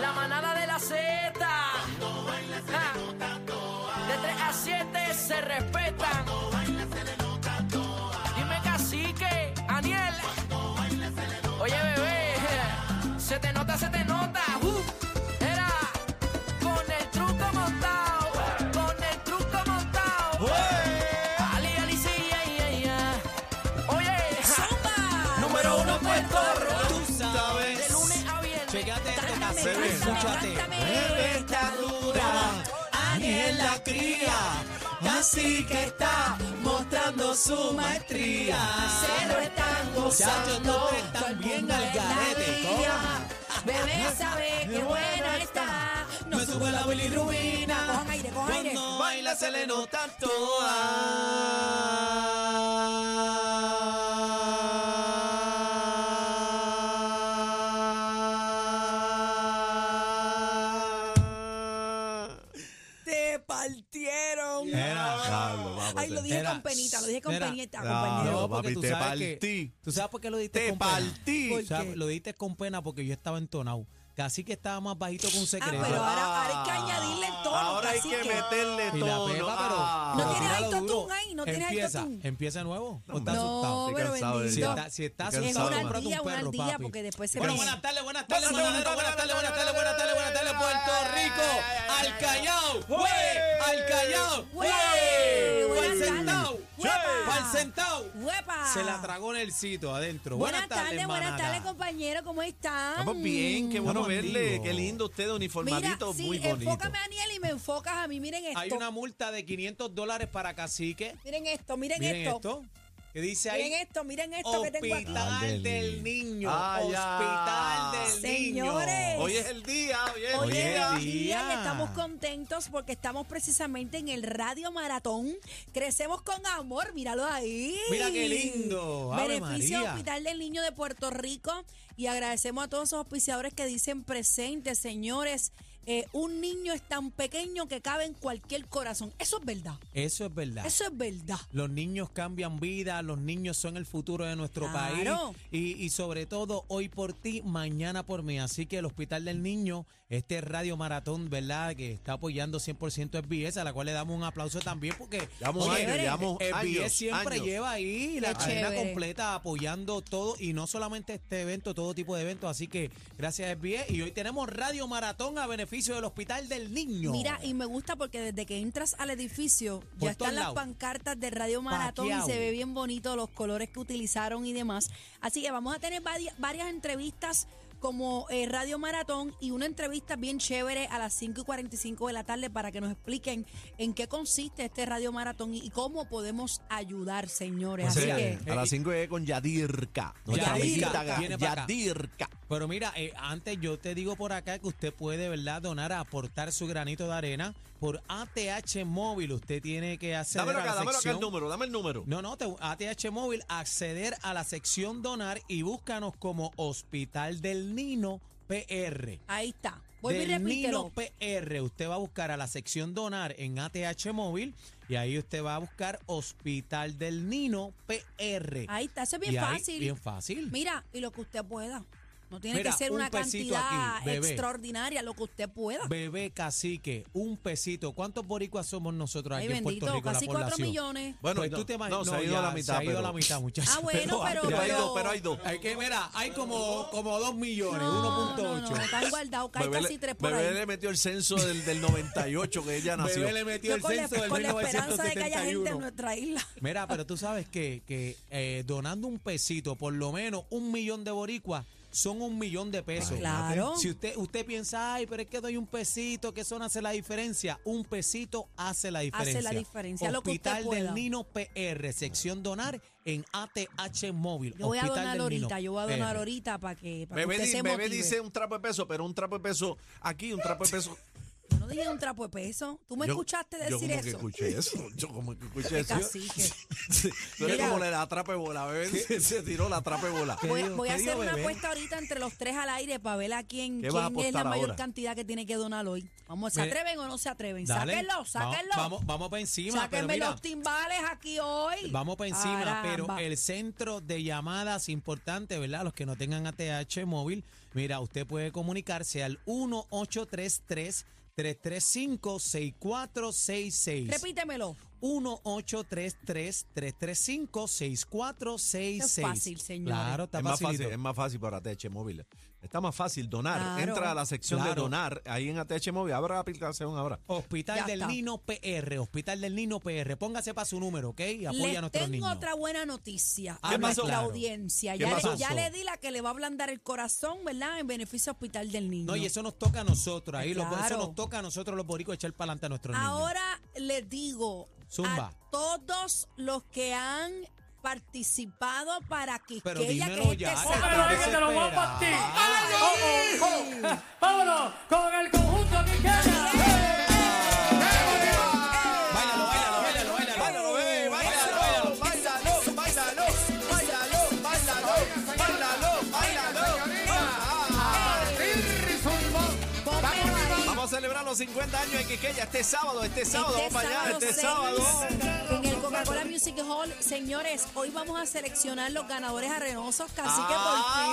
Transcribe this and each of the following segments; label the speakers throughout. Speaker 1: La manada de la Z. De 3 a 7 se respetan. Dime cacique, Aniel. Oye, bebé. Se te nota, se te nota. Uh, era con el truco montado. Con el truco montado. Ali, ali, sí, ay, ay, ay. Oye, número uno puesto.
Speaker 2: Tú sabes.
Speaker 1: De lunes a viernes.
Speaker 2: Pégate, tócate, escúchate. Bebe está dura, Ángel la cría. Así que está mostrando su maestría. Se lo están gozando. también al garete. toma.
Speaker 3: Bebé sabe que buena está.
Speaker 2: No sube la bilirrubina.
Speaker 3: Cojan aire, cojan aire.
Speaker 2: Cuando baila se le nota toda.
Speaker 3: Te partieron.
Speaker 4: Era, diablo, papi,
Speaker 3: Ay, lo dije
Speaker 2: Ah, pues Era,
Speaker 3: con penita, lo dije con
Speaker 2: era,
Speaker 3: penita, Ah,
Speaker 4: no,
Speaker 3: compañero.
Speaker 4: no,
Speaker 2: porque
Speaker 4: papi,
Speaker 2: tú
Speaker 4: te
Speaker 2: sabes que-
Speaker 4: partí.
Speaker 2: ¿Tú sabes por qué lo diste
Speaker 4: Te
Speaker 2: con pena?
Speaker 4: partí.
Speaker 3: ¿Por
Speaker 2: O sea,
Speaker 3: qué?
Speaker 2: Lo diste con pena porque yo estaba entonado. Casi que estaba más bajito que un
Speaker 3: Ah,
Speaker 2: secreto.
Speaker 3: pero ahora, ahora hay que añadirle el tono,
Speaker 4: Ahora hay que
Speaker 3: cacique.
Speaker 4: meterle
Speaker 2: Y la
Speaker 4: todo.
Speaker 2: pepa,
Speaker 4: Ah.
Speaker 2: pero.
Speaker 3: No
Speaker 2: pero
Speaker 3: tiene
Speaker 2: tíralo
Speaker 3: alto
Speaker 2: duro.
Speaker 3: tune ahí, no tiene alto
Speaker 2: empieza,
Speaker 3: tune.
Speaker 2: Empieza de nuevo. ¿O está asustado?
Speaker 3: No,
Speaker 4: Estoy
Speaker 3: pero
Speaker 4: cansado de
Speaker 2: Si
Speaker 3: bendito.
Speaker 4: esto.
Speaker 2: está, si está
Speaker 4: Estoy
Speaker 3: Es
Speaker 2: asustado,
Speaker 3: una
Speaker 2: cómprate
Speaker 3: día,
Speaker 2: un
Speaker 3: una
Speaker 2: perro,
Speaker 3: día,
Speaker 2: papi.
Speaker 3: porque después se
Speaker 2: Bueno,
Speaker 3: cansa.
Speaker 2: buenas tardes, buenas tardes, manadero, buenas tardes, buenas tardes, buenas tardes, buenas tardes, Puerto Rico, al Callao, güey, al Callao,
Speaker 3: Güey,
Speaker 2: güey,
Speaker 3: buenas
Speaker 2: al
Speaker 3: tardes.
Speaker 2: centao,
Speaker 3: Huepa.
Speaker 2: al centao.
Speaker 3: ¡Huepa!
Speaker 2: Se la tragó en el sitio adentro.
Speaker 3: Buenas,
Speaker 2: Buenas,
Speaker 3: tardes, buenas
Speaker 2: manada.
Speaker 3: tardes, compañero, ¿cómo están?
Speaker 4: Estamos bien, qué bueno
Speaker 2: Estamos
Speaker 4: verle.
Speaker 2: activos.
Speaker 4: Qué lindo usted,
Speaker 3: Mira,
Speaker 4: uniformadito,
Speaker 3: sí,
Speaker 4: muy bonito.
Speaker 3: enfócame a Daniel y me enfocas a mí. Miren esto.
Speaker 2: Hay una multa de 500 dólares para Cacique.
Speaker 3: Miren esto, miren,
Speaker 2: Miren
Speaker 3: esto.
Speaker 2: esto. ¿Qué dice ahí?
Speaker 3: Miren esto, miren esto que tengo aquí.
Speaker 2: Hospital
Speaker 4: Hospital
Speaker 2: Ah, del
Speaker 4: del
Speaker 2: niño. Ah,
Speaker 4: Ay, ya.
Speaker 2: Hospital del niño.
Speaker 3: Señores.
Speaker 4: Hoy es el día, hoy es
Speaker 3: Hoy
Speaker 4: el
Speaker 3: es
Speaker 4: día.
Speaker 3: el día
Speaker 2: día.
Speaker 3: y estamos contentos porque estamos precisamente en el Radio Maratón. Crecemos con amor, míralo ahí.
Speaker 2: Mira qué lindo, Ave
Speaker 3: Beneficio
Speaker 2: María.
Speaker 3: Hospital del Niño de Puerto Rico y agradecemos a todos esos auspiciadores que dicen presentes, señores. Eh, un niño es tan pequeño que cabe en cualquier corazón. Eso es verdad.
Speaker 2: Eso es verdad.
Speaker 3: Eso es verdad.
Speaker 2: Los niños cambian vida, los niños son el futuro de nuestro
Speaker 3: Claro.
Speaker 2: país y, y sobre todo hoy por ti, mañana por mí. Así que el Hospital del Niño, este Radio Maratón, ¿verdad? Que está apoyando 100% SBS, a la cual le damos un aplauso también porque
Speaker 4: Llevamos
Speaker 2: oye,
Speaker 4: años, llevamos
Speaker 2: SBS
Speaker 4: años,
Speaker 2: siempre
Speaker 4: años.
Speaker 2: lleva ahí la
Speaker 3: Qué
Speaker 2: cadena
Speaker 3: chévere.
Speaker 2: completa apoyando todo y no solamente este evento, todo tipo de eventos. Así que gracias SBS y hoy tenemos Radio Maratón a beneficio del Hospital del Niño.
Speaker 3: Mira, y me gusta porque desde que entras al edificio
Speaker 2: Por
Speaker 3: ya están
Speaker 2: todos
Speaker 3: las
Speaker 2: lados.
Speaker 3: pancartas de Radio Maratón
Speaker 2: Paqueao.
Speaker 3: y se ve bien bonito los colores que utilizaron y demás. Así que vamos a tener vari- varias entrevistas como eh, Radio Maratón y una entrevista bien chévere a las 5 y 45 de la tarde para que nos expliquen en qué consiste este Radio Maratón y, y cómo podemos ayudar, señores.
Speaker 2: O
Speaker 3: Así
Speaker 2: sea,
Speaker 3: que,
Speaker 2: eh,
Speaker 4: a las 5 con Yadirka. Nuestra
Speaker 2: Yadirka,
Speaker 4: amiguita
Speaker 2: viene para acá.
Speaker 4: Yadirka.
Speaker 2: Pero mira, eh, antes yo te digo por acá que usted puede, ¿verdad?, donar, aportar su granito de arena por ATH Móvil. Usted tiene que hacer
Speaker 4: Dámelo acá,
Speaker 2: a la
Speaker 4: dámelo acá el
Speaker 2: sección...
Speaker 4: número, dame el número.
Speaker 2: No, no, te- ATH Móvil, acceder a la sección donar y búscanos como Hospital del Nino PR.
Speaker 3: ahí está. Vuelve y
Speaker 2: Del
Speaker 3: repítelo.
Speaker 2: Nino PR. Usted va a buscar a la sección donar en ATH Móvil y ahí usted va a buscar Hospital del Nino PR.
Speaker 3: Ahí está, eso es
Speaker 2: Y
Speaker 3: bien
Speaker 2: ahí-
Speaker 3: fácil.
Speaker 2: Bien fácil.
Speaker 3: Mira, y lo que usted pueda. No tiene
Speaker 2: Mira,
Speaker 3: que ser
Speaker 2: un
Speaker 3: una
Speaker 2: pesito
Speaker 3: cantidad
Speaker 2: aquí, bebé.
Speaker 3: extraordinaria, lo que usted pueda.
Speaker 2: Bebé cacique, un pesito. ¿Cuántos boricuas somos nosotros
Speaker 3: Ay,
Speaker 2: aquí en Puerto
Speaker 3: bendito,
Speaker 2: Rico?
Speaker 3: casi
Speaker 2: la
Speaker 3: 4
Speaker 2: población?
Speaker 3: millones.
Speaker 4: Bueno,
Speaker 2: Pues
Speaker 4: no,
Speaker 2: tú te imag-
Speaker 4: no, se ha ido
Speaker 2: ya,
Speaker 4: la mitad,
Speaker 2: Se ha ido
Speaker 4: pero-
Speaker 2: la mitad, muchachos.
Speaker 3: Ah, bueno, pero,
Speaker 4: Pero hay
Speaker 3: pero-
Speaker 4: dos, pero hay dos.
Speaker 2: Hay que, mira, hay como, como 2 millones,
Speaker 3: No,
Speaker 2: 1.8.
Speaker 3: no, no, están guardados, cae
Speaker 4: Bebé,
Speaker 3: casi
Speaker 4: le,
Speaker 3: 3 por
Speaker 4: Bebé
Speaker 3: ahí.
Speaker 4: le metió el censo del, del 98 que ella nació.
Speaker 2: Bebé le metió
Speaker 3: Yo
Speaker 2: el
Speaker 3: con la,
Speaker 2: censo del
Speaker 3: con la esperanza de que haya gente en
Speaker 2: 1971.
Speaker 3: nuestra isla.
Speaker 2: Mira, pero tú sabes que, que eh, donando un pesito, por lo menos un millón de boricuas, son un millón de pesos.
Speaker 3: Claro.
Speaker 2: Si usted, usted piensa, ay, pero es que doy un pesito, que eso no hace la diferencia. Un pesito hace la diferencia.
Speaker 3: diferencia, lo que usted
Speaker 2: Hospital del
Speaker 3: pueda.
Speaker 2: Nino PR, sección donar en ATH Móvil.
Speaker 3: Yo voy a
Speaker 2: Hospital
Speaker 3: donar
Speaker 2: del Nino
Speaker 3: ahorita, yo voy a donar
Speaker 2: PR.
Speaker 3: ahorita para que, para que
Speaker 4: Bebé,
Speaker 3: usted
Speaker 4: di-
Speaker 3: se
Speaker 4: bebé
Speaker 3: motive.
Speaker 4: dice un trapo de peso, pero un trapo de peso aquí, un trapo de peso.
Speaker 3: Yo no dije un trapo de peso. ¿Tú me
Speaker 4: Yo-
Speaker 3: escuchaste decir
Speaker 4: Yo como que
Speaker 3: eso?
Speaker 4: escuché eso. Yo como que escuché
Speaker 3: Qué
Speaker 4: eso.
Speaker 3: cacique.
Speaker 4: Sí, Tú eres
Speaker 3: Mira.
Speaker 4: como la, la trapa de bola, bebé. Se, se tiró la trapa de bola.
Speaker 2: ¿Qué
Speaker 3: Voy,
Speaker 2: digo?
Speaker 3: voy a
Speaker 2: ¿Qué
Speaker 3: hacer
Speaker 2: digo,
Speaker 3: una
Speaker 2: bebé?
Speaker 3: apuesta ahorita entre los tres al aire para ver a quién,
Speaker 4: ¿Qué vas a
Speaker 3: quién es la
Speaker 4: apostar
Speaker 3: mayor
Speaker 4: ahora?
Speaker 3: cantidad que tiene que donar hoy. Vamos, ¿se
Speaker 2: Mira.
Speaker 3: atreven o no se atreven?
Speaker 2: Dale.
Speaker 3: Sáquenlo,
Speaker 2: Vamos-
Speaker 3: sáquenlo.
Speaker 2: Vamos, vamos para encima. pero
Speaker 3: Sáquenme
Speaker 2: mira,
Speaker 3: los timbales aquí hoy.
Speaker 2: Vamos para encima, pero
Speaker 3: Caramba.
Speaker 2: el centro de llamadas importante, ¿verdad? Los que no tengan ATH móvil, mira, usted puede comunicarse al 1833 335 6466.
Speaker 3: Repítemelo.
Speaker 2: 1833 335 6466.
Speaker 3: Es fácil, señores.
Speaker 2: Claro, está
Speaker 4: es más
Speaker 2: facilito.
Speaker 4: fácil, es más fácil para ATH Móvil. Está más fácil donar.
Speaker 3: Claro.
Speaker 4: Entra a la sección de
Speaker 2: Claro.
Speaker 4: donar ahí en ATH Móvil. Abra la aplicación ahora.
Speaker 2: Hospital
Speaker 3: Ya
Speaker 2: del
Speaker 3: está.
Speaker 2: Nino PR, Hospital del Nino PR. Póngase para su número, ¿ok? Y apoya a
Speaker 3: Les
Speaker 2: nuestros
Speaker 3: tengo
Speaker 2: niños. Ah,
Speaker 3: otra buena noticia a
Speaker 2: ¿Qué
Speaker 3: nuestra
Speaker 2: pasó? Claro.
Speaker 3: audiencia.
Speaker 4: ¿Qué
Speaker 3: Ya le,
Speaker 4: pasó?
Speaker 3: ya le di la que le va a ablandar el corazón, ¿verdad? En beneficio Hospital del Niño.
Speaker 2: No, y eso nos toca a nosotros, ahí lo-
Speaker 3: Claro.
Speaker 2: eso nos toca a nosotros los boricos echar para adelante a nuestros niños.
Speaker 3: Ahora les digo
Speaker 2: Zumba.
Speaker 3: a todos los que han participado para que
Speaker 2: Pero
Speaker 3: que ella que
Speaker 2: dímelo
Speaker 3: es
Speaker 2: ya.
Speaker 3: este
Speaker 2: que
Speaker 3: sector-
Speaker 5: Oh, Pero es que te lo voy a
Speaker 2: desesperada.
Speaker 5: partir. ¡Vámonos! ¡Vámonos! ¡Con el conjunto que queda! ¡Eh!
Speaker 2: Báilalo, báilalo, báilalo, báilalo.
Speaker 4: Báilalo, bebé, báilalo, báilalo, báilalo, báilalo, báilalo, báilalo,
Speaker 3: Pónmelo ahí.
Speaker 4: Vamos a celebrar los 50 años de Quiqueya este sábado, este sábado,
Speaker 3: Este
Speaker 4: vamos allá,
Speaker 3: sábado,
Speaker 4: este
Speaker 3: seis,
Speaker 4: sábado.
Speaker 3: En el Coca-Cola Music Hall, señores, hoy vamos a seleccionar los ganadores arenosos, casi que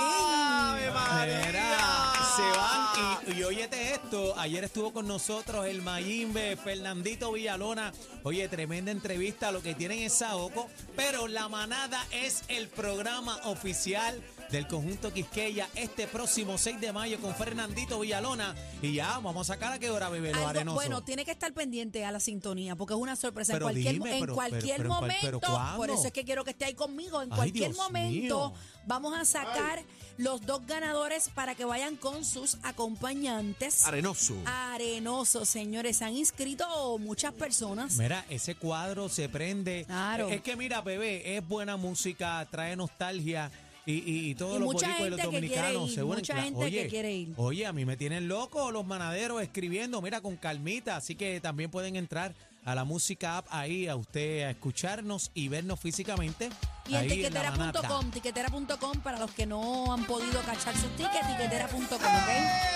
Speaker 3: por fin.
Speaker 4: ¡Ave María!
Speaker 2: Mira, se van y, y óyete esto, ayer estuvo con nosotros el Mayimbe, Fernandito Villalona, oye, tremenda entrevista, lo que tienen es Saoco, pero La Manada es el programa oficial del conjunto Quisqueya este próximo 6 de mayo con Fernandito Villalona y ya, vamos a sacar a qué hora, bebé, los
Speaker 3: Algo-
Speaker 2: arenosos.
Speaker 3: bueno, tiene que estar pendiente a la sintonía porque es una sorpresa.
Speaker 2: Pero
Speaker 3: en cualquier,
Speaker 2: dime,
Speaker 3: en
Speaker 2: pero-
Speaker 3: cualquier
Speaker 2: pero- pero- pero-
Speaker 3: momento,
Speaker 2: pero ¿cuándo?
Speaker 3: por eso es que quiero que esté ahí conmigo. En
Speaker 2: Ay,
Speaker 3: cualquier
Speaker 2: Dios
Speaker 3: momento
Speaker 2: mío.
Speaker 3: vamos a sacar los dos ganadores para que vayan con sus acompañantes.
Speaker 4: Arenoso.
Speaker 3: Arenosos, señores. Se han inscrito muchas personas.
Speaker 2: Mira, ese cuadro se prende.
Speaker 3: Claro.
Speaker 2: Es que mira, bebé, es buena música, trae nostalgia. Y, y, y todos
Speaker 3: Y
Speaker 2: los
Speaker 3: mucha
Speaker 2: boricuas y los
Speaker 3: gente que quiere
Speaker 2: dominicanos
Speaker 3: ir,
Speaker 2: se unen.
Speaker 3: mucha
Speaker 2: Cla-
Speaker 3: gente que quiere ir.
Speaker 2: Oye, a mí me tienen loco los manaderos escribiendo, mira, con calmita. Así que también pueden entrar a la música app ahí, a usted, a escucharnos y vernos físicamente.
Speaker 3: Y en
Speaker 2: ahí en La Manada.
Speaker 3: tiquetera.com, tiquetera.com para los que no han podido cachar sus tickets, tiquetera.com, ¿ok?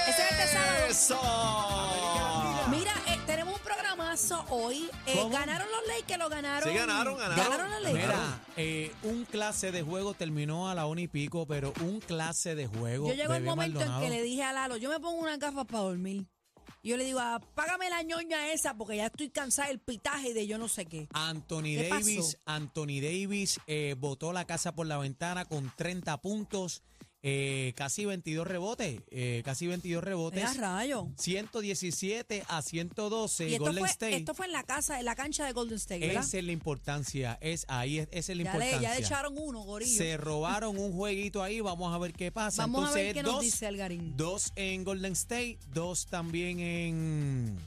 Speaker 3: Ese es este sábado.
Speaker 4: ¡Eso!
Speaker 3: Mira, eh, tenemos un programazo hoy. Eh,
Speaker 2: ¿Cómo?
Speaker 3: ganaron los leyes que lo ganaron.
Speaker 4: Sí, ganaron, ganaron.
Speaker 3: los leyes.
Speaker 2: Mira, eh, un clase de juego terminó a la una y pico, pero un clase de juego.
Speaker 3: Yo llegó el
Speaker 2: bebé
Speaker 3: momento
Speaker 2: Maldonado.
Speaker 3: en que le dije a Lalo, yo me pongo unas gafas para dormir. Y yo le digo, apágame la ñoña esa porque ya estoy cansada del pitaje de yo no sé qué.
Speaker 2: Anthony
Speaker 3: ¿Qué pasó?
Speaker 2: Davis, Anthony Davis eh, botó la casa por la ventana con 30 puntos, eh, casi 22 rebotes, eh, casi 22
Speaker 3: Mira,
Speaker 2: rebotes,
Speaker 3: rayo.
Speaker 2: 117 a 112
Speaker 3: Y esto
Speaker 2: Golden
Speaker 3: fue,
Speaker 2: State.
Speaker 3: esto fue en la casa, en la cancha de Golden State, ¿verdad?
Speaker 2: esa es la importancia, es ahí es, esa es la
Speaker 3: ya, le,
Speaker 2: importancia.
Speaker 3: ya le echaron uno, gorillo.
Speaker 2: se robaron un jueguito ahí, vamos a ver qué pasa.
Speaker 3: Vamos a
Speaker 2: Entonces,
Speaker 3: ver qué
Speaker 2: dos,
Speaker 3: nos dice Algarín.
Speaker 2: dos en Golden State, dos también en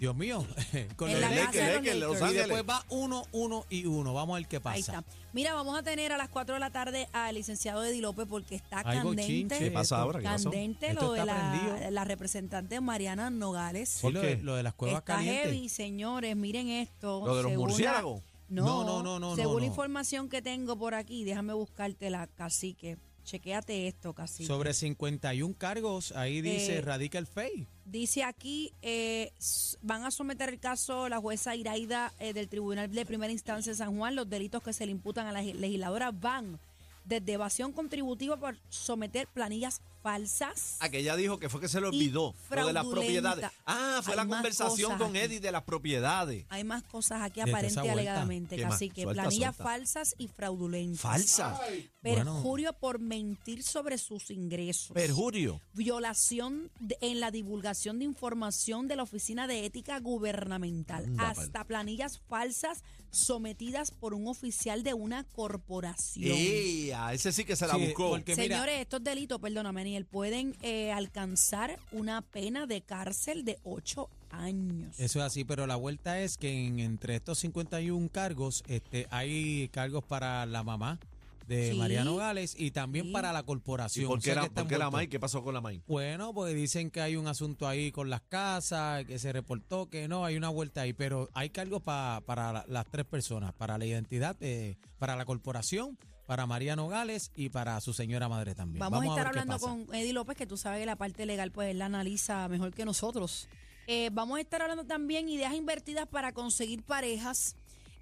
Speaker 2: Dios mío, con
Speaker 3: En
Speaker 2: los
Speaker 3: la
Speaker 2: Lakers.
Speaker 3: casa de los
Speaker 4: Lakers, Los
Speaker 3: Lakers.
Speaker 2: Y
Speaker 4: Ángeles.
Speaker 2: después va uno, uno y uno. Vamos a ver qué pasa.
Speaker 3: Ahí está. Mira, vamos a tener a las 4 de la tarde al licenciado Eddie López porque está
Speaker 2: Ay,
Speaker 3: candente.
Speaker 2: bochinche.
Speaker 4: ¿Qué pasa ahora? ¿Qué pasó?
Speaker 3: Candente
Speaker 2: Esto
Speaker 3: lo de
Speaker 2: está
Speaker 3: la,
Speaker 2: prendido.
Speaker 3: la representante Mariana Nogales.
Speaker 2: Sí, lo, de,
Speaker 4: qué?
Speaker 2: lo de las cuevas
Speaker 3: está
Speaker 2: calientes.
Speaker 3: heavy, señores. Miren esto.
Speaker 4: Lo de los
Speaker 3: Según la-
Speaker 4: murciélagos.
Speaker 3: no,
Speaker 2: No, no, no, no,
Speaker 3: Según
Speaker 2: no,
Speaker 3: la
Speaker 2: no.
Speaker 3: información que tengo por aquí, déjame buscártela, cacique. Chequéate esto, cacique.
Speaker 2: Sobre 51 cargos, ahí dice
Speaker 3: Eh,
Speaker 2: radica el FEI.
Speaker 3: Dice aquí, eh, s- van a someter el caso la jueza Iraida eh, del Tribunal de Primera Instancia de San Juan. Los delitos que se le imputan a la leg- legisladora van desde evasión contributiva por someter planillas falsas.
Speaker 4: Aquella dijo que fue que se le olvidó
Speaker 3: Y
Speaker 4: lo de las
Speaker 3: fraudulenta.
Speaker 4: propiedades. Ah, fue
Speaker 3: Hay
Speaker 4: la
Speaker 3: más
Speaker 4: conversación
Speaker 3: cosas
Speaker 4: con
Speaker 3: aquí.
Speaker 4: Eddie de las propiedades.
Speaker 3: Hay más cosas aquí
Speaker 2: Desde esa
Speaker 3: aparente y
Speaker 2: vuelta.
Speaker 3: alegadamente,
Speaker 4: ¿Qué más?
Speaker 3: casi que
Speaker 4: Suelta,
Speaker 3: planillas
Speaker 4: suelta.
Speaker 3: falsas y fraudulentas.
Speaker 4: Falsa.
Speaker 3: Perjurio por mentir sobre sus ingresos.
Speaker 4: Perjurio.
Speaker 3: violación de- en la divulgación de información de la Oficina de Ética Gubernamental,
Speaker 4: Anda, pal.
Speaker 3: hasta planillas falsas sometidas por un oficial de una corporación.
Speaker 4: ¡Ey! ya, ese sí que se la
Speaker 2: Sí,
Speaker 4: buscó.
Speaker 2: porque mira-
Speaker 3: Señores, estos delitos, perdóname, Daniel, pueden eh, alcanzar una pena de cárcel de ocho años.
Speaker 2: Eso es así, pero la vuelta es que en- entre estos 51 cargos este, hay cargos para la mamá de
Speaker 3: Sí.
Speaker 2: Mariano Gales y también
Speaker 3: Sí.
Speaker 2: para la corporación.
Speaker 4: ¿Y por qué
Speaker 2: O sea,
Speaker 4: era,
Speaker 2: que están
Speaker 4: por qué la
Speaker 2: vueltos.
Speaker 4: May? ¿Qué pasó con la May?
Speaker 2: Bueno, pues dicen que hay un asunto ahí con las casas, que se reportó que no, hay una vuelta ahí, pero hay cargos pa- para la- las tres personas, para la identidad, eh, para la corporación, para Mariano Gales y para su señora madre también.
Speaker 3: Vamos, a estar
Speaker 2: ver qué
Speaker 3: hablando
Speaker 2: pasa.
Speaker 3: con Eddie López, que tú sabes que la parte legal pues él la analiza mejor que nosotros. Eh, vamos a estar hablando también ideas invertidas para conseguir parejas.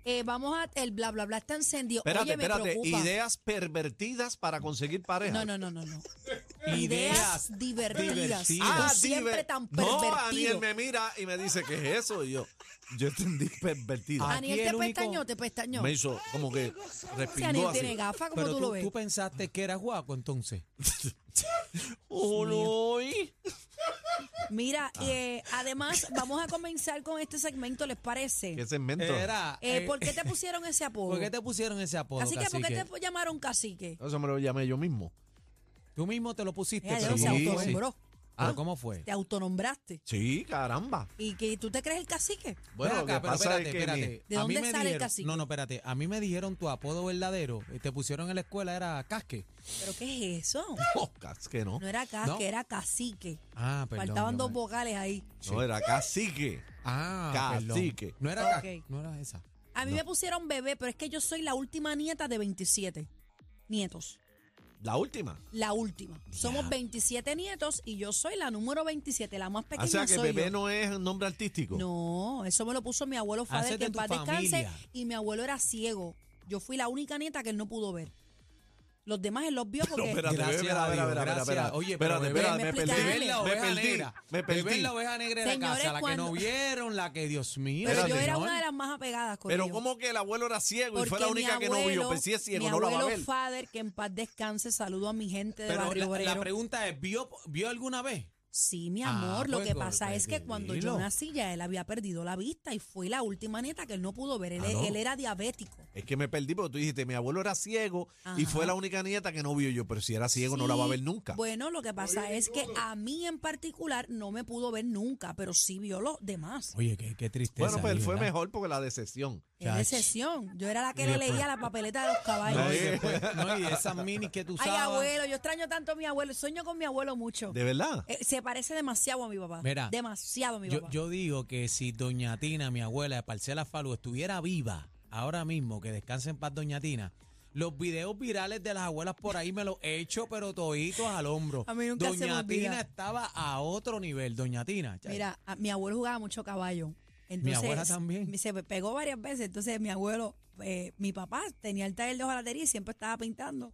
Speaker 3: Eh, vamos a el bla bla bla está encendido.
Speaker 4: Espérate,
Speaker 3: Oye, me
Speaker 4: espérate.
Speaker 3: preocupa.
Speaker 4: Ideas pervertidas para conseguir pareja.
Speaker 3: No, no, no, no, no. Ideas divertidas.
Speaker 2: divertidas.
Speaker 3: Tú
Speaker 4: Ah,
Speaker 3: siempre
Speaker 4: diver-
Speaker 3: tan
Speaker 4: No,
Speaker 3: pervertido.
Speaker 4: Daniel me mira y me dice, ¿qué es eso? Y yo, yo entendí pervertido.
Speaker 2: Ah,
Speaker 3: Daniel
Speaker 2: Aquí
Speaker 3: te
Speaker 2: el único-
Speaker 3: pestañó, te pestañó.
Speaker 4: me hizo como que
Speaker 3: Si
Speaker 4: respingó
Speaker 3: Daniel tiene
Speaker 4: así.
Speaker 3: gafas, como
Speaker 2: Pero
Speaker 3: tú, lo ves.
Speaker 2: pensaste que era guaco entonces.
Speaker 4: Oh, no.
Speaker 3: Mira, eh, además, vamos a comenzar con este segmento, ¿les parece?
Speaker 4: ¿Qué segmento?
Speaker 2: Era.
Speaker 3: Eh,
Speaker 2: eh,
Speaker 3: ¿Por qué te pusieron ese apodo?
Speaker 2: ¿por qué te pusieron ese apodo?
Speaker 3: Así que, ¿por qué
Speaker 2: cacique?
Speaker 3: te llamaron cacique?
Speaker 4: Eso me lo llamé yo mismo.
Speaker 2: Tú mismo te lo pusiste.
Speaker 3: Ya,
Speaker 2: pero
Speaker 3: Dios, se
Speaker 4: sí,
Speaker 2: ¿cómo fue?
Speaker 3: autonombró.
Speaker 2: ¿Pero
Speaker 4: Ah.
Speaker 2: cómo fue?
Speaker 3: Te autonombraste.
Speaker 4: Sí, caramba.
Speaker 3: ¿Y que tú te crees el cacique?
Speaker 4: Bueno, lo
Speaker 2: Ven acá,
Speaker 4: que
Speaker 2: pero
Speaker 4: pasa
Speaker 2: espérate,
Speaker 4: es que mi-
Speaker 2: espérate.
Speaker 3: ¿De
Speaker 2: a mí
Speaker 3: dónde
Speaker 2: me
Speaker 3: sale el
Speaker 2: dijeron,
Speaker 3: cacique?
Speaker 2: No, no, espérate. A mí me dijeron tu apodo verdadero. eh, Te pusieron en la escuela, era casque.
Speaker 3: ¿Pero qué es eso?
Speaker 4: Oh, cas- que no.
Speaker 3: No era casque,
Speaker 2: No.
Speaker 3: era cacique.
Speaker 2: Ah, perdón.
Speaker 3: Faltaban
Speaker 2: yo
Speaker 3: dos
Speaker 2: me-
Speaker 3: vocales ahí.
Speaker 4: No, era cacique.
Speaker 2: Ah, perdón.
Speaker 4: Cacique.
Speaker 2: No era
Speaker 3: Ok.
Speaker 2: casque. No era esa.
Speaker 3: A mí me pusieron bebé, pero es que yo soy la última nieta de 27 nietos.
Speaker 4: La última.
Speaker 3: La última. Somos
Speaker 2: Ya.
Speaker 3: 27 nietos y yo soy la número 27, la más pequeña
Speaker 4: o sea que
Speaker 3: soy
Speaker 4: bebé
Speaker 3: yo.
Speaker 4: no es un nombre artístico.
Speaker 3: No, eso me lo puso mi abuelo Fader,
Speaker 2: Haces
Speaker 3: que
Speaker 2: de
Speaker 3: en
Speaker 2: tu
Speaker 3: paz descanse,
Speaker 2: familia.
Speaker 3: y mi abuelo era ciego. Yo fui la única nieta que él no pudo ver. Los demás él los vio
Speaker 4: No,
Speaker 3: porque...
Speaker 4: espérate,
Speaker 2: Gracias
Speaker 4: espérate,
Speaker 2: a
Speaker 4: espérate,
Speaker 2: Dios,
Speaker 4: espérate,
Speaker 2: gracias.
Speaker 4: espérate.
Speaker 2: Oye, pero
Speaker 4: Espérate,
Speaker 2: bebé,
Speaker 4: espérate,
Speaker 3: me
Speaker 4: me
Speaker 3: explicaste.
Speaker 4: perdí.
Speaker 2: Bebé
Speaker 3: Dale.
Speaker 2: la
Speaker 4: Me
Speaker 2: oveja
Speaker 4: perdí,
Speaker 2: negra.
Speaker 4: me perdí.
Speaker 2: Bebé la oveja negra de la
Speaker 3: Señores,
Speaker 2: casa, la que
Speaker 3: cuando-
Speaker 2: no vieron, la que Dios mío.
Speaker 3: Pero yo
Speaker 4: Espérate,
Speaker 3: era
Speaker 2: señor.
Speaker 3: una de las más apegadas con
Speaker 4: Pero
Speaker 3: ellos.
Speaker 4: ¿cómo que el abuelo era ciego y
Speaker 3: Porque
Speaker 4: fue la
Speaker 3: mi
Speaker 4: única que no
Speaker 3: abuelo-
Speaker 4: vio? Pues si es ciego,
Speaker 3: mi
Speaker 4: no la va a
Speaker 3: abuelo
Speaker 4: ver.
Speaker 3: Fader, que en paz descanse, saludo a mi gente de
Speaker 2: Pero
Speaker 3: Barrio
Speaker 2: la, la
Speaker 3: Obrero.
Speaker 2: pregunta es, ¿vio, ¿vio alguna vez?
Speaker 3: Sí, mi
Speaker 2: Ah,
Speaker 3: amor, lo
Speaker 2: pues,
Speaker 3: que pasa
Speaker 2: gordo,
Speaker 3: es que cuando yo
Speaker 2: dilo.
Speaker 3: nací ya él había perdido la vista y fue la última nieta que él no pudo ver. Él, e-
Speaker 4: Ah, no.
Speaker 3: él era diabético.
Speaker 4: Es que me perdí porque tú dijiste, mi abuelo era ciego y fue la única nieta que no vio yo, pero si era ciego no la va a
Speaker 3: Sí,
Speaker 4: ver nunca.
Speaker 3: Bueno, lo que pasa es que a mí en particular no me pudo ver nunca, pero sí vio los demás.
Speaker 2: Oye, qué, qué tristeza.
Speaker 4: Bueno, pues él fue
Speaker 2: ¿verdad?
Speaker 4: mejor porque la decepción.
Speaker 3: En
Speaker 2: Chach.
Speaker 3: excepción. Yo era la que
Speaker 2: Y
Speaker 3: le
Speaker 2: después-
Speaker 4: pues.
Speaker 3: leía la papeleta de los caballos.
Speaker 2: No, y
Speaker 4: Ay,
Speaker 2: después, no, y esas minis que tú
Speaker 3: Ay,
Speaker 2: usabas.
Speaker 3: abuelo, yo extraño tanto a mi abuelo. Sueño con mi abuelo mucho.
Speaker 4: ¿De verdad?
Speaker 3: Eh, se parece demasiado a mi papá.
Speaker 2: Mira,
Speaker 3: demasiado a mi
Speaker 2: Yo,
Speaker 3: papá.
Speaker 2: yo digo que si Doña Tina, mi abuela de Parcela Falu, estuviera viva ahora mismo, que descanse en paz Doña Tina, los videos virales de las abuelas por ahí me los he hecho, pero toditos al hombro.
Speaker 3: A mí nunca se me
Speaker 2: Doña
Speaker 3: olvida.
Speaker 2: Tina estaba a otro nivel, Doña Tina. chay.
Speaker 3: Mira, a- mi abuelo jugaba mucho caballo. Entonces,
Speaker 2: abuela también.
Speaker 3: Se me pegó varias veces. Entonces, mi abuelo, eh, mi papá tenía el taller de hojalatería y siempre estaba pintando.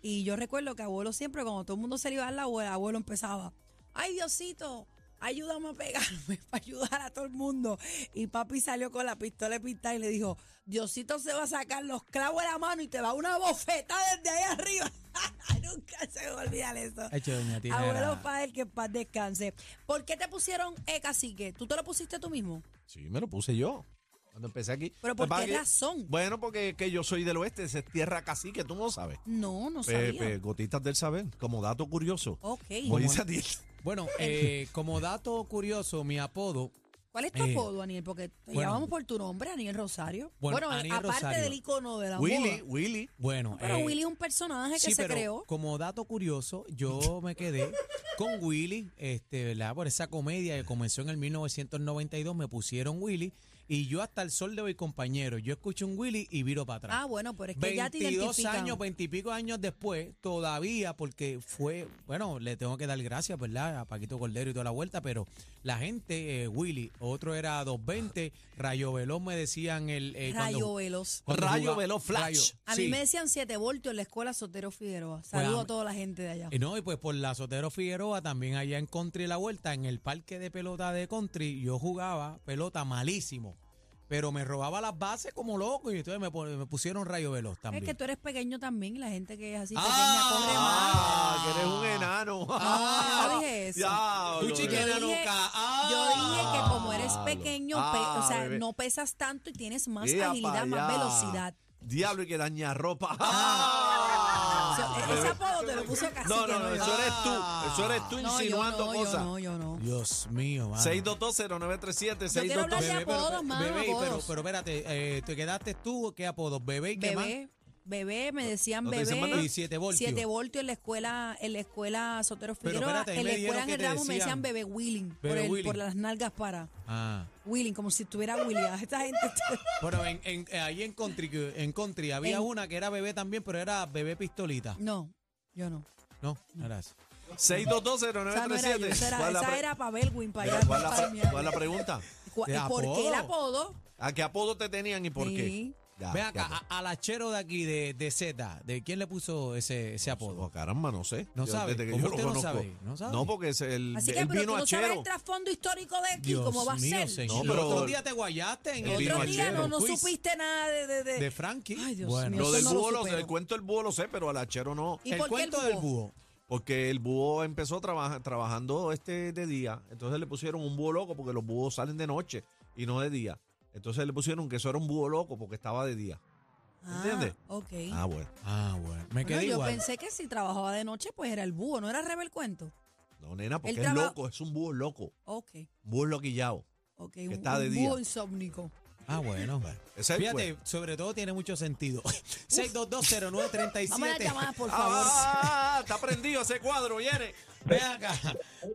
Speaker 3: Y yo recuerdo que abuelo siempre, cuando todo el mundo se le iba a dar la abuela, abuelo empezaba, ay Diosito, ayúdame a pegarme para ayudar a todo el mundo. Y papi salió con la pistola de pintar y le dijo, Diosito se va a sacar los clavos de la mano y te va a una bofeta desde ahí arriba. Nunca se me olvida eso.
Speaker 2: Hecho, Doña Tina
Speaker 3: Abuelo
Speaker 2: era-
Speaker 3: Fader, que en paz descanse. ¿Por qué te pusieron E cacique? ¿Tú te lo pusiste tú mismo?
Speaker 4: Sí, me lo puse yo. Cuando empecé aquí.
Speaker 3: ¿Pero por
Speaker 4: Lo
Speaker 3: qué
Speaker 4: que pasa es que-
Speaker 3: razón?
Speaker 4: Bueno, porque es que yo soy del oeste, esa es tierra cacique, tú no lo sabes.
Speaker 3: No, no
Speaker 4: Pe-
Speaker 3: sabía.
Speaker 4: pe- gotitas del saber, como dato curioso.
Speaker 3: Ok.
Speaker 2: Pues
Speaker 4: Como dice Atiel.
Speaker 2: Bueno, eh, como dato curioso, mi apodo.
Speaker 3: ¿Cuál es tu
Speaker 2: Eh,
Speaker 3: apodo, Daniel? Porque te
Speaker 2: bueno.
Speaker 3: llamamos por tu nombre, Daniel Rosario.
Speaker 2: Bueno,
Speaker 3: Bueno,
Speaker 2: Aniel
Speaker 3: aparte
Speaker 2: Rosario.
Speaker 3: del icono de la
Speaker 4: Willy,
Speaker 3: moda.
Speaker 4: Willy.
Speaker 2: Bueno,
Speaker 3: Pero
Speaker 2: eh,
Speaker 3: Willy es un personaje que
Speaker 2: sí,
Speaker 3: se
Speaker 2: pero
Speaker 3: creó.
Speaker 2: Como dato curioso, yo me quedé con Willy, este, ¿verdad? Por esa comedia que comenzó en el 1992, me pusieron Willy y yo hasta el sol de hoy, compañero, yo escucho un Willy y viro para atrás.
Speaker 3: Ah, bueno, pero es que ya te
Speaker 2: 22
Speaker 3: identifican.
Speaker 2: años, pues, 20 y pico años después, todavía, porque fue, bueno, le tengo que dar gracias, ¿verdad? A Paquito Cordero y toda la vuelta, pero la gente, eh, Willy, otro era 220, Rayo Veloz me decían el... eh, cuando-
Speaker 3: Rayo Veloz.
Speaker 2: cuando
Speaker 4: Rayo
Speaker 2: jugaba-
Speaker 4: Veloz Flash.
Speaker 3: A mí
Speaker 2: sí.
Speaker 3: me decían 7 voltios en la escuela Sotero Figueroa. Saludo
Speaker 2: Pues,
Speaker 3: a toda la gente de allá.
Speaker 2: Y no, y pues por la Sotero Figueroa, también allá en Country La Vuelta, en el parque de pelota de Country, yo jugaba pelota malísimo. Pero me robaba las bases como loco y entonces me, pon- me pusieron rayo veloz
Speaker 3: Es
Speaker 2: también.
Speaker 3: que tú eres pequeño también y la gente que es así pequeña
Speaker 2: Ah,
Speaker 3: corre
Speaker 4: Ah,
Speaker 3: más.
Speaker 4: que eres un enano.
Speaker 3: Ah, yo dije eso.
Speaker 4: Ya,
Speaker 2: Tú
Speaker 4: lo-
Speaker 2: chiquita.
Speaker 3: yo
Speaker 2: Era
Speaker 3: dije,
Speaker 2: loca. Ah.
Speaker 3: yo dije que como eres
Speaker 4: Diablo.
Speaker 3: pequeño,
Speaker 4: Ah,
Speaker 3: pe- o sea,
Speaker 4: bebé.
Speaker 3: no pesas tanto y tienes más
Speaker 4: Ea pa'
Speaker 3: agilidad, más
Speaker 4: allá.
Speaker 3: velocidad.
Speaker 4: Diablo y que daña ropa.
Speaker 2: Ah.
Speaker 3: Eso- e-, ese apodo te lo puso casi.
Speaker 4: No, no, no,
Speaker 3: yo.
Speaker 4: eso eres tú. Eso eres tú
Speaker 3: No, yo
Speaker 4: insinuando
Speaker 3: no,
Speaker 4: cosas.
Speaker 3: Yo no, yo no.
Speaker 2: Dios mío, mano.
Speaker 4: 6220937,
Speaker 3: Yo quiero hablar de
Speaker 4: 622.
Speaker 3: apodos, mano,
Speaker 2: bebé, y pero,
Speaker 3: apodos.
Speaker 2: pero espérate, eh, ¿te quedaste tú? ¿Qué apodos? ¿Bebé y qué más?
Speaker 3: Bebé, bebé, me decían
Speaker 2: ¿No te dicen más
Speaker 3: bebé.
Speaker 2: nada? Y siete voltios.
Speaker 3: Siete voltios en la escuela, en la escuela Sotero
Speaker 2: Pero
Speaker 3: Figueroa.
Speaker 2: espérate, ahí
Speaker 3: en la
Speaker 2: me
Speaker 3: escuela
Speaker 2: dijeron
Speaker 3: en
Speaker 2: que
Speaker 3: el
Speaker 2: te
Speaker 3: ramo me decían
Speaker 2: decían
Speaker 3: bebé Willing. por,
Speaker 2: bebé
Speaker 3: el-
Speaker 2: Willing.
Speaker 3: por las nalgas para.
Speaker 2: Ah.
Speaker 3: Willing, como si estuviera William. Esta gente. está-
Speaker 2: Bueno, en, en- eh, ahí en country, en country había
Speaker 3: En-
Speaker 2: una que era bebé también, pero era bebé pistolita.
Speaker 3: No, yo no.
Speaker 2: No, gracias.
Speaker 3: O sea, no era yo,
Speaker 4: 6220937.
Speaker 3: esa era,
Speaker 4: ¿Cuál la
Speaker 3: esa
Speaker 4: pre-
Speaker 3: era para Belwin, para
Speaker 4: Mira,
Speaker 3: allá.
Speaker 4: ¿Cuál
Speaker 3: no
Speaker 4: la
Speaker 3: para
Speaker 4: pre-
Speaker 3: Miami.
Speaker 4: cuál la pregunta?
Speaker 3: Cu-
Speaker 2: de
Speaker 3: ¿Por qué el
Speaker 2: apodo?
Speaker 3: apodo?
Speaker 4: ¿A qué apodo te tenían y por qué?
Speaker 3: Sí. ah,
Speaker 4: Ya,
Speaker 2: Ve
Speaker 4: ya,
Speaker 2: acá, a- al achero de aquí, de, de Z, ¿de quién le puso ese, ese
Speaker 4: Oh,
Speaker 2: apodo?
Speaker 4: caramba, no sé.
Speaker 2: No
Speaker 4: Yo
Speaker 2: sabe.
Speaker 4: desde que
Speaker 2: ¿Cómo
Speaker 4: yo lo
Speaker 2: usted no
Speaker 4: conozco.
Speaker 2: sabe? No sabe.
Speaker 4: porque es el,
Speaker 3: Así que,
Speaker 4: el
Speaker 3: pero
Speaker 4: vino
Speaker 3: tú no sabes
Speaker 4: achero.
Speaker 3: el trasfondo histórico de aquí,
Speaker 2: Dios
Speaker 3: cómo va a
Speaker 2: mío,
Speaker 3: ser.
Speaker 2: señor.
Speaker 4: No, pero-
Speaker 2: otro día te guayaste en
Speaker 4: El
Speaker 2: el
Speaker 4: vino
Speaker 3: Otro día
Speaker 4: achero,
Speaker 3: no, no
Speaker 2: quiz
Speaker 3: supiste nada de... de, de-
Speaker 2: de Frankie.
Speaker 3: Ay, Dios
Speaker 2: bueno,
Speaker 3: mío.
Speaker 4: Lo
Speaker 3: Eso
Speaker 4: del
Speaker 3: no lo
Speaker 4: búho, lo-
Speaker 3: supero.
Speaker 4: el cuento del búho lo sé, pero al achero no.
Speaker 3: ¿Y
Speaker 2: el
Speaker 3: por qué
Speaker 2: cuento del búho.
Speaker 4: Porque el búho empezó a trabajar trabajando este de día, entonces le pusieron un búho loco porque los búhos salen de noche y no de día. Entonces le pusieron que eso era un búho loco porque estaba de día. ¿Entiendes?
Speaker 3: Ah, ok.
Speaker 4: Ah, bueno.
Speaker 2: Ah, bueno. Me
Speaker 3: Bueno,
Speaker 2: quedé
Speaker 3: yo
Speaker 2: igual.
Speaker 3: pensé que si trabajaba de noche, pues era el búho, no era revés el cuento.
Speaker 4: No, nena, porque
Speaker 3: El
Speaker 4: es
Speaker 3: traba-
Speaker 4: loco, es un búho loco,
Speaker 3: Ok,
Speaker 4: un búho loquillao.
Speaker 3: ok.
Speaker 4: Que
Speaker 3: un,
Speaker 4: está de
Speaker 3: un
Speaker 4: día.
Speaker 3: búho insomnico.
Speaker 2: Ah, bueno.
Speaker 4: Ese es el
Speaker 2: Fíjate,
Speaker 4: cuento.
Speaker 2: sobre todo tiene mucho sentido.
Speaker 3: Vamos a las
Speaker 2: 6220937.
Speaker 3: llamadas, por favor.
Speaker 4: Ah, está prendido ese cuadro, viene.
Speaker 2: Ve acá.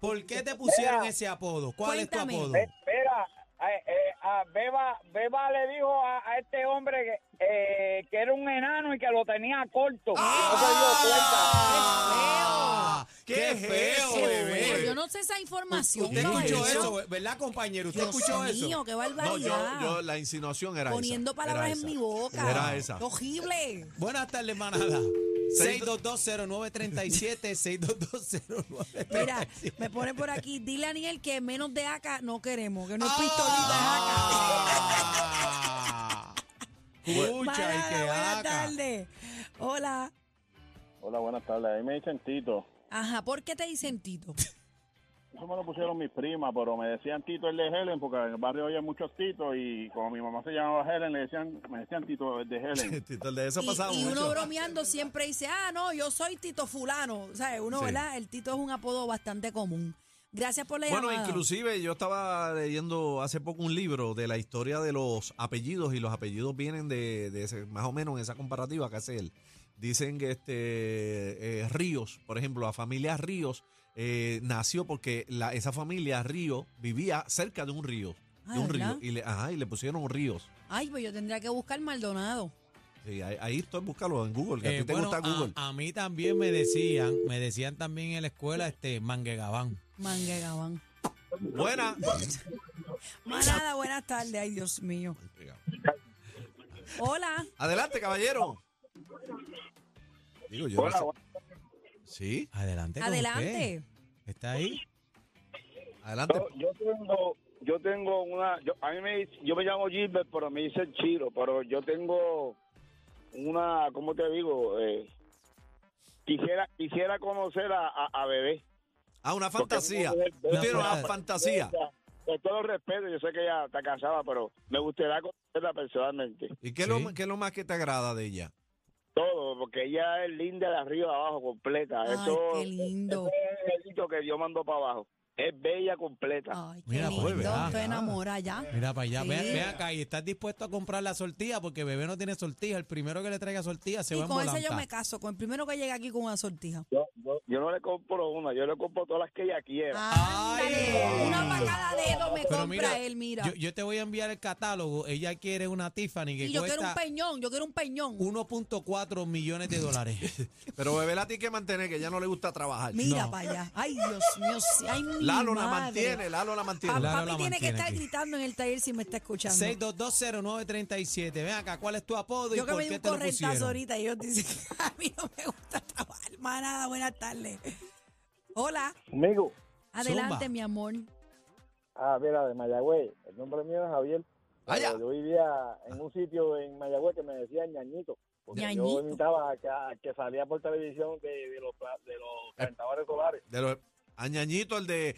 Speaker 2: ¿Por qué te pusieron ese apodo? ¿Cuál
Speaker 3: Cuéntame.
Speaker 2: es tu apodo?
Speaker 6: Ve- Mira, eh, eh, a Beba, Beba le dijo a, a este hombre que, eh, que era un enano y que lo tenía corto. No se dio
Speaker 2: ¡Ah!
Speaker 4: ¡Qué feo! ¡Qué feo,
Speaker 3: Qué
Speaker 4: bebé!
Speaker 3: feo, Yo no sé esa información.
Speaker 2: ¿Usted escuchó
Speaker 3: caballero.
Speaker 2: eso, verdad, compañero? ¿Usted
Speaker 3: Dios
Speaker 2: escuchó
Speaker 3: mío,
Speaker 2: eso?
Speaker 3: qué
Speaker 4: No,
Speaker 3: barbaridad.
Speaker 4: yo, yo la insinuación era
Speaker 3: Poniendo
Speaker 4: esa,
Speaker 3: palabras
Speaker 4: era
Speaker 3: en
Speaker 4: esa.
Speaker 3: mi boca.
Speaker 4: Era esa.
Speaker 3: Horrible.
Speaker 2: Buenas tardes, manada. 6220937, 6220937.
Speaker 3: Mira, me ponen por aquí, dile a Aniel que menos de acá no queremos, que no es
Speaker 4: Ah.
Speaker 3: pistolita
Speaker 2: Ah.
Speaker 3: es acá.
Speaker 2: Escucha y que
Speaker 3: buenas
Speaker 2: haga.
Speaker 3: tardes. Hola.
Speaker 7: Hola, buenas tardes. Ahí me dicen Tito.
Speaker 3: Ajá, ¿por qué te dicen Tito?
Speaker 7: Eso me lo pusieron mis primas, pero me decían Tito el de Helen, porque en el barrio había muchos Titos y como mi mamá se llamaba Helen, le decían, me decían Tito el de Helen.
Speaker 4: Tito, el de eso
Speaker 3: Y-
Speaker 4: pasaba
Speaker 3: y, uno
Speaker 4: mucho.
Speaker 3: bromeando siempre dice, ah, no, yo soy Tito fulano. O sea, uno,
Speaker 4: Sí.
Speaker 3: ¿verdad? El Tito es un apodo bastante común. Gracias por la
Speaker 4: Bueno,
Speaker 3: llamada.
Speaker 4: inclusive yo estaba leyendo hace poco un libro de la historia de los apellidos y los apellidos vienen de, de ese- más o menos en esa comparativa que hace él. Dicen que este eh, Ríos, por ejemplo, la familia Ríos eh, nació porque la, esa familia Río vivía cerca de un río,
Speaker 3: Ah,
Speaker 4: de un
Speaker 3: ¿verdad?
Speaker 4: río y le, ajá, y le pusieron Ríos.
Speaker 3: Ay, pues yo tendría que buscar Maldonado.
Speaker 4: Sí, ahí, ahí estoy búscalo en Google, que
Speaker 2: Eh,
Speaker 4: a ti te
Speaker 2: bueno,
Speaker 4: gusta
Speaker 2: a-
Speaker 4: Google.
Speaker 2: A, mí también me decían, me decían también en la escuela, este, Manguegabán.
Speaker 3: Manguegabán.
Speaker 4: Buena.
Speaker 2: ah,
Speaker 3: Manada, buenas tardes. Ay, Dios mío. Hola.
Speaker 4: Adelante, caballero. Digo yo. no
Speaker 7: Hola,
Speaker 4: sé.
Speaker 7: buenas
Speaker 4: Sí,
Speaker 2: Adelante. con
Speaker 3: Adelante.
Speaker 2: usted. ¿Está ahí?
Speaker 4: adelante.
Speaker 7: Yo, yo tengo, yo tengo una, yo, a mí me, dice- yo me llamo Gilbert, pero me dicen Chiro, pero yo tengo una, ¿cómo te digo? Eh, quisiera, quisiera conocer a, a, a Bebé.
Speaker 4: Ah, una
Speaker 7: Porque
Speaker 4: fantasía.
Speaker 7: es una mujer
Speaker 4: Tú
Speaker 2: Una
Speaker 4: tienes una
Speaker 2: fantasía.
Speaker 4: fantasía.
Speaker 7: bella, Con todo el respeto, yo sé que ella está casada, pero me gustaría conocerla personalmente.
Speaker 4: ¿Y qué, es
Speaker 2: Sí.
Speaker 4: lo, qué es lo más que te agrada de ella?
Speaker 7: Todo, porque ella es linda de arriba a abajo, completa.
Speaker 3: Ay,
Speaker 7: eso,
Speaker 3: qué lindo.
Speaker 7: eso es el grito que Dios mandó para abajo. Es bella, completa.
Speaker 3: Ay, qué
Speaker 2: Mira,
Speaker 3: lindo.
Speaker 2: pues, ¿verdad?
Speaker 3: Estoy enamorada ya.
Speaker 2: Mira para allá,
Speaker 3: Sí.
Speaker 2: ve, ve acá y estás dispuesto a comprar la sortija porque bebé no tiene sortija. El primero que le traiga sortija se
Speaker 3: y
Speaker 2: va a
Speaker 3: con ese
Speaker 2: embolantar.
Speaker 3: yo me caso, con el primero que llega aquí con una sortija.
Speaker 7: Yo, yo- yo no le compro una, yo le compro todas las que ella
Speaker 3: Ah.
Speaker 7: quiera.
Speaker 3: Ándale, una para cada dedo me
Speaker 2: Pero
Speaker 3: compra
Speaker 2: mira,
Speaker 3: él, mira.
Speaker 2: Yo, yo te voy a enviar el catálogo. Ella quiere una Tiffany que
Speaker 3: y yo quiero un
Speaker 2: cuesta
Speaker 3: peñón, yo quiero un peñón.
Speaker 2: 1.4 millones de dólares.
Speaker 4: Pero bebé la tiene que mantener, que ya no le gusta trabajar.
Speaker 3: Mira
Speaker 2: No.
Speaker 3: para allá. Ay, Dios mío. sí, Ay, mi
Speaker 4: Lalo la
Speaker 3: madre.
Speaker 4: mantiene, Lalo la
Speaker 3: Pa-
Speaker 4: mantiene.
Speaker 2: Lalo
Speaker 3: papi tiene
Speaker 2: la
Speaker 3: que
Speaker 2: mantiene
Speaker 3: estar
Speaker 2: aquí.
Speaker 3: gritando en el taller si me está escuchando.
Speaker 2: 6220937. Ven acá, ¿cuál es tu apodo
Speaker 3: yo
Speaker 2: y
Speaker 3: que
Speaker 2: por
Speaker 3: me di
Speaker 2: qué
Speaker 3: un
Speaker 2: te lo
Speaker 3: correntazo
Speaker 2: pusieron?
Speaker 3: ahorita y ellos dicen que a mí no me gusta trabajar. Manada, buenas tardes. Hola.
Speaker 6: Amigo,
Speaker 3: Adelante,
Speaker 2: Zumba.
Speaker 3: mi amor.
Speaker 6: ah, mira, de Mayagüez. El nombre mío es Javier.
Speaker 4: Vaya.
Speaker 6: Pero Yo vivía en un sitio en Mayagüez que me decían ñañito. Porque
Speaker 3: Ñañito.
Speaker 6: yo imitaba a que, a que salía por televisión de, de los, pla- de los calentadores solares.
Speaker 4: De lo- Añañito, el de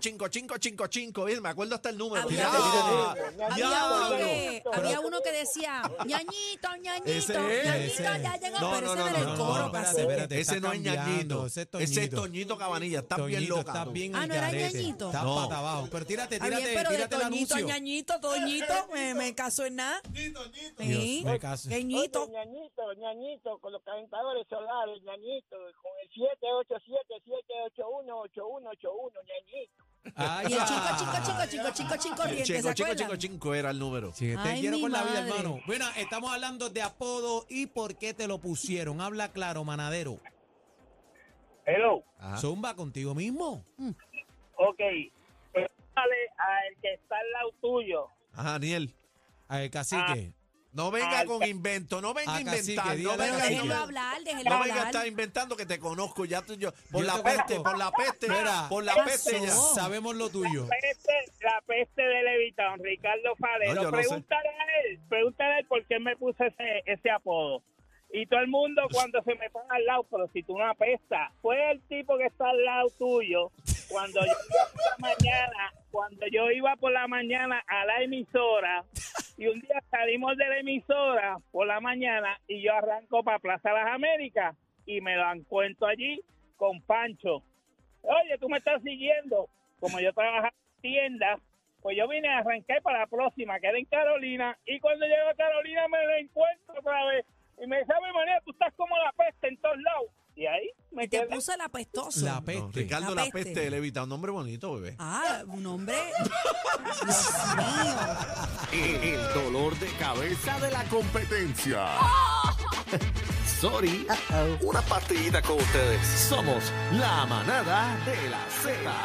Speaker 4: 781-5555. Bien, Me acuerdo hasta el número.
Speaker 3: Había,
Speaker 4: Ya,
Speaker 3: uno,
Speaker 4: ya,
Speaker 3: había
Speaker 4: ya,
Speaker 3: uno
Speaker 4: ya.
Speaker 3: que, había uno que decía, ñañito, ñañito,
Speaker 4: Ese es,
Speaker 3: ñañito,
Speaker 4: ese
Speaker 3: ya
Speaker 4: es.
Speaker 3: llegó,
Speaker 4: No,
Speaker 3: pero
Speaker 4: no,
Speaker 3: ese
Speaker 4: no,
Speaker 3: era
Speaker 4: no,
Speaker 3: el
Speaker 4: no,
Speaker 3: coro.
Speaker 4: no,
Speaker 3: para
Speaker 2: espérate,
Speaker 3: hacer.
Speaker 2: espérate,
Speaker 4: Ese
Speaker 2: está
Speaker 4: no es
Speaker 2: cambiando,
Speaker 4: ñañito.
Speaker 2: Ese es
Speaker 4: Ese es
Speaker 2: Toñito.
Speaker 4: Toñito Cabanilla. Estás bien
Speaker 2: Toñito,
Speaker 4: loca.
Speaker 2: Estás
Speaker 4: tú.
Speaker 2: bien
Speaker 3: Ah,
Speaker 2: el
Speaker 3: ¿no era
Speaker 2: garete.
Speaker 3: Ñañito?
Speaker 2: Estás
Speaker 4: No.
Speaker 2: pata abajo. Pero tírate,
Speaker 3: Está bien,
Speaker 2: tírate,
Speaker 3: pero de
Speaker 2: tírate el
Speaker 3: Toñito, a
Speaker 2: anuncio.
Speaker 3: ñañito, Toñito, me, me caso en nada. Sí.
Speaker 2: Dios, me caso.
Speaker 3: Ñañito.
Speaker 6: ñañito, ñañito, con los calentadores solares, ñañito, con el 787-781-8181, ñañito.
Speaker 2: Ay,
Speaker 3: Y el
Speaker 2: ya.
Speaker 3: chico, chico, chico, chico, chico, chico, riente, ¿se
Speaker 4: Chico, chico,
Speaker 3: acuerdan?
Speaker 4: chico, chico era el número.
Speaker 2: Sí, te
Speaker 3: Ay,
Speaker 2: quiero
Speaker 3: mi
Speaker 2: con la vida,
Speaker 3: madre.
Speaker 2: hermano. Bueno, estamos hablando de apodo y por qué te lo pusieron. Habla claro, manadero.
Speaker 6: Hello,
Speaker 4: Ajá.
Speaker 2: Zumba contigo mismo.
Speaker 6: ok. Dale al que está al lado tuyo.
Speaker 4: Ajá, Daniel. Ah,
Speaker 2: A ver, cacique.
Speaker 4: No venga
Speaker 6: Al-
Speaker 4: con invento, no venga a
Speaker 2: Ah, cacique,
Speaker 4: inventar, no
Speaker 2: dígale
Speaker 4: venga a
Speaker 2: cacique.
Speaker 3: Déjelo
Speaker 4: inventar.
Speaker 3: hablar, déjelo
Speaker 4: No venga a
Speaker 3: hablar.
Speaker 4: estar inventando que te conozco ya tú y yo. Por
Speaker 2: Yo
Speaker 4: la
Speaker 2: te
Speaker 4: peste,
Speaker 2: conozco.
Speaker 4: por la peste,
Speaker 2: Mira,
Speaker 4: por la
Speaker 3: ¿qué
Speaker 4: peste ya.
Speaker 3: pasó?
Speaker 2: Sabemos lo tuyo.
Speaker 6: peste, la peste de Levitón, Ricardo
Speaker 4: No, yo
Speaker 6: Falero.
Speaker 4: no sé.
Speaker 6: pregúntale a él, pregúntale a él por qué me puse ese, ese apodo. Y todo el mundo cuando se me pone al lado, pero si tú no apestas, fue el tipo que está al lado tuyo cuando yo iba por la mañana, cuando yo iba por la mañana a la emisora y un día salimos de la emisora por la mañana y yo arranco para Plaza Las Américas y me lo encuentro allí con Pancho. Oye, tú me estás siguiendo. Como yo trabajaba en tiendas, pues yo vine a arrancar para la próxima, que era en Carolina. Y cuando llego a Carolina me lo encuentro otra vez. Y me dice, "Ave María, tú estás como la peste en todos lados. Y ahí me
Speaker 3: Me te
Speaker 6: quedé.
Speaker 3: puso el apestoso.
Speaker 2: La
Speaker 4: No,
Speaker 2: peste.
Speaker 4: Ricardo,
Speaker 3: La
Speaker 4: la peste,
Speaker 3: peste.
Speaker 4: le evita un nombre bonito, bebé.
Speaker 3: Ah, un hombre. Dios mío.
Speaker 8: El dolor de cabeza de la competencia. Sorry. Una partida con ustedes. Somos la manada de la Z.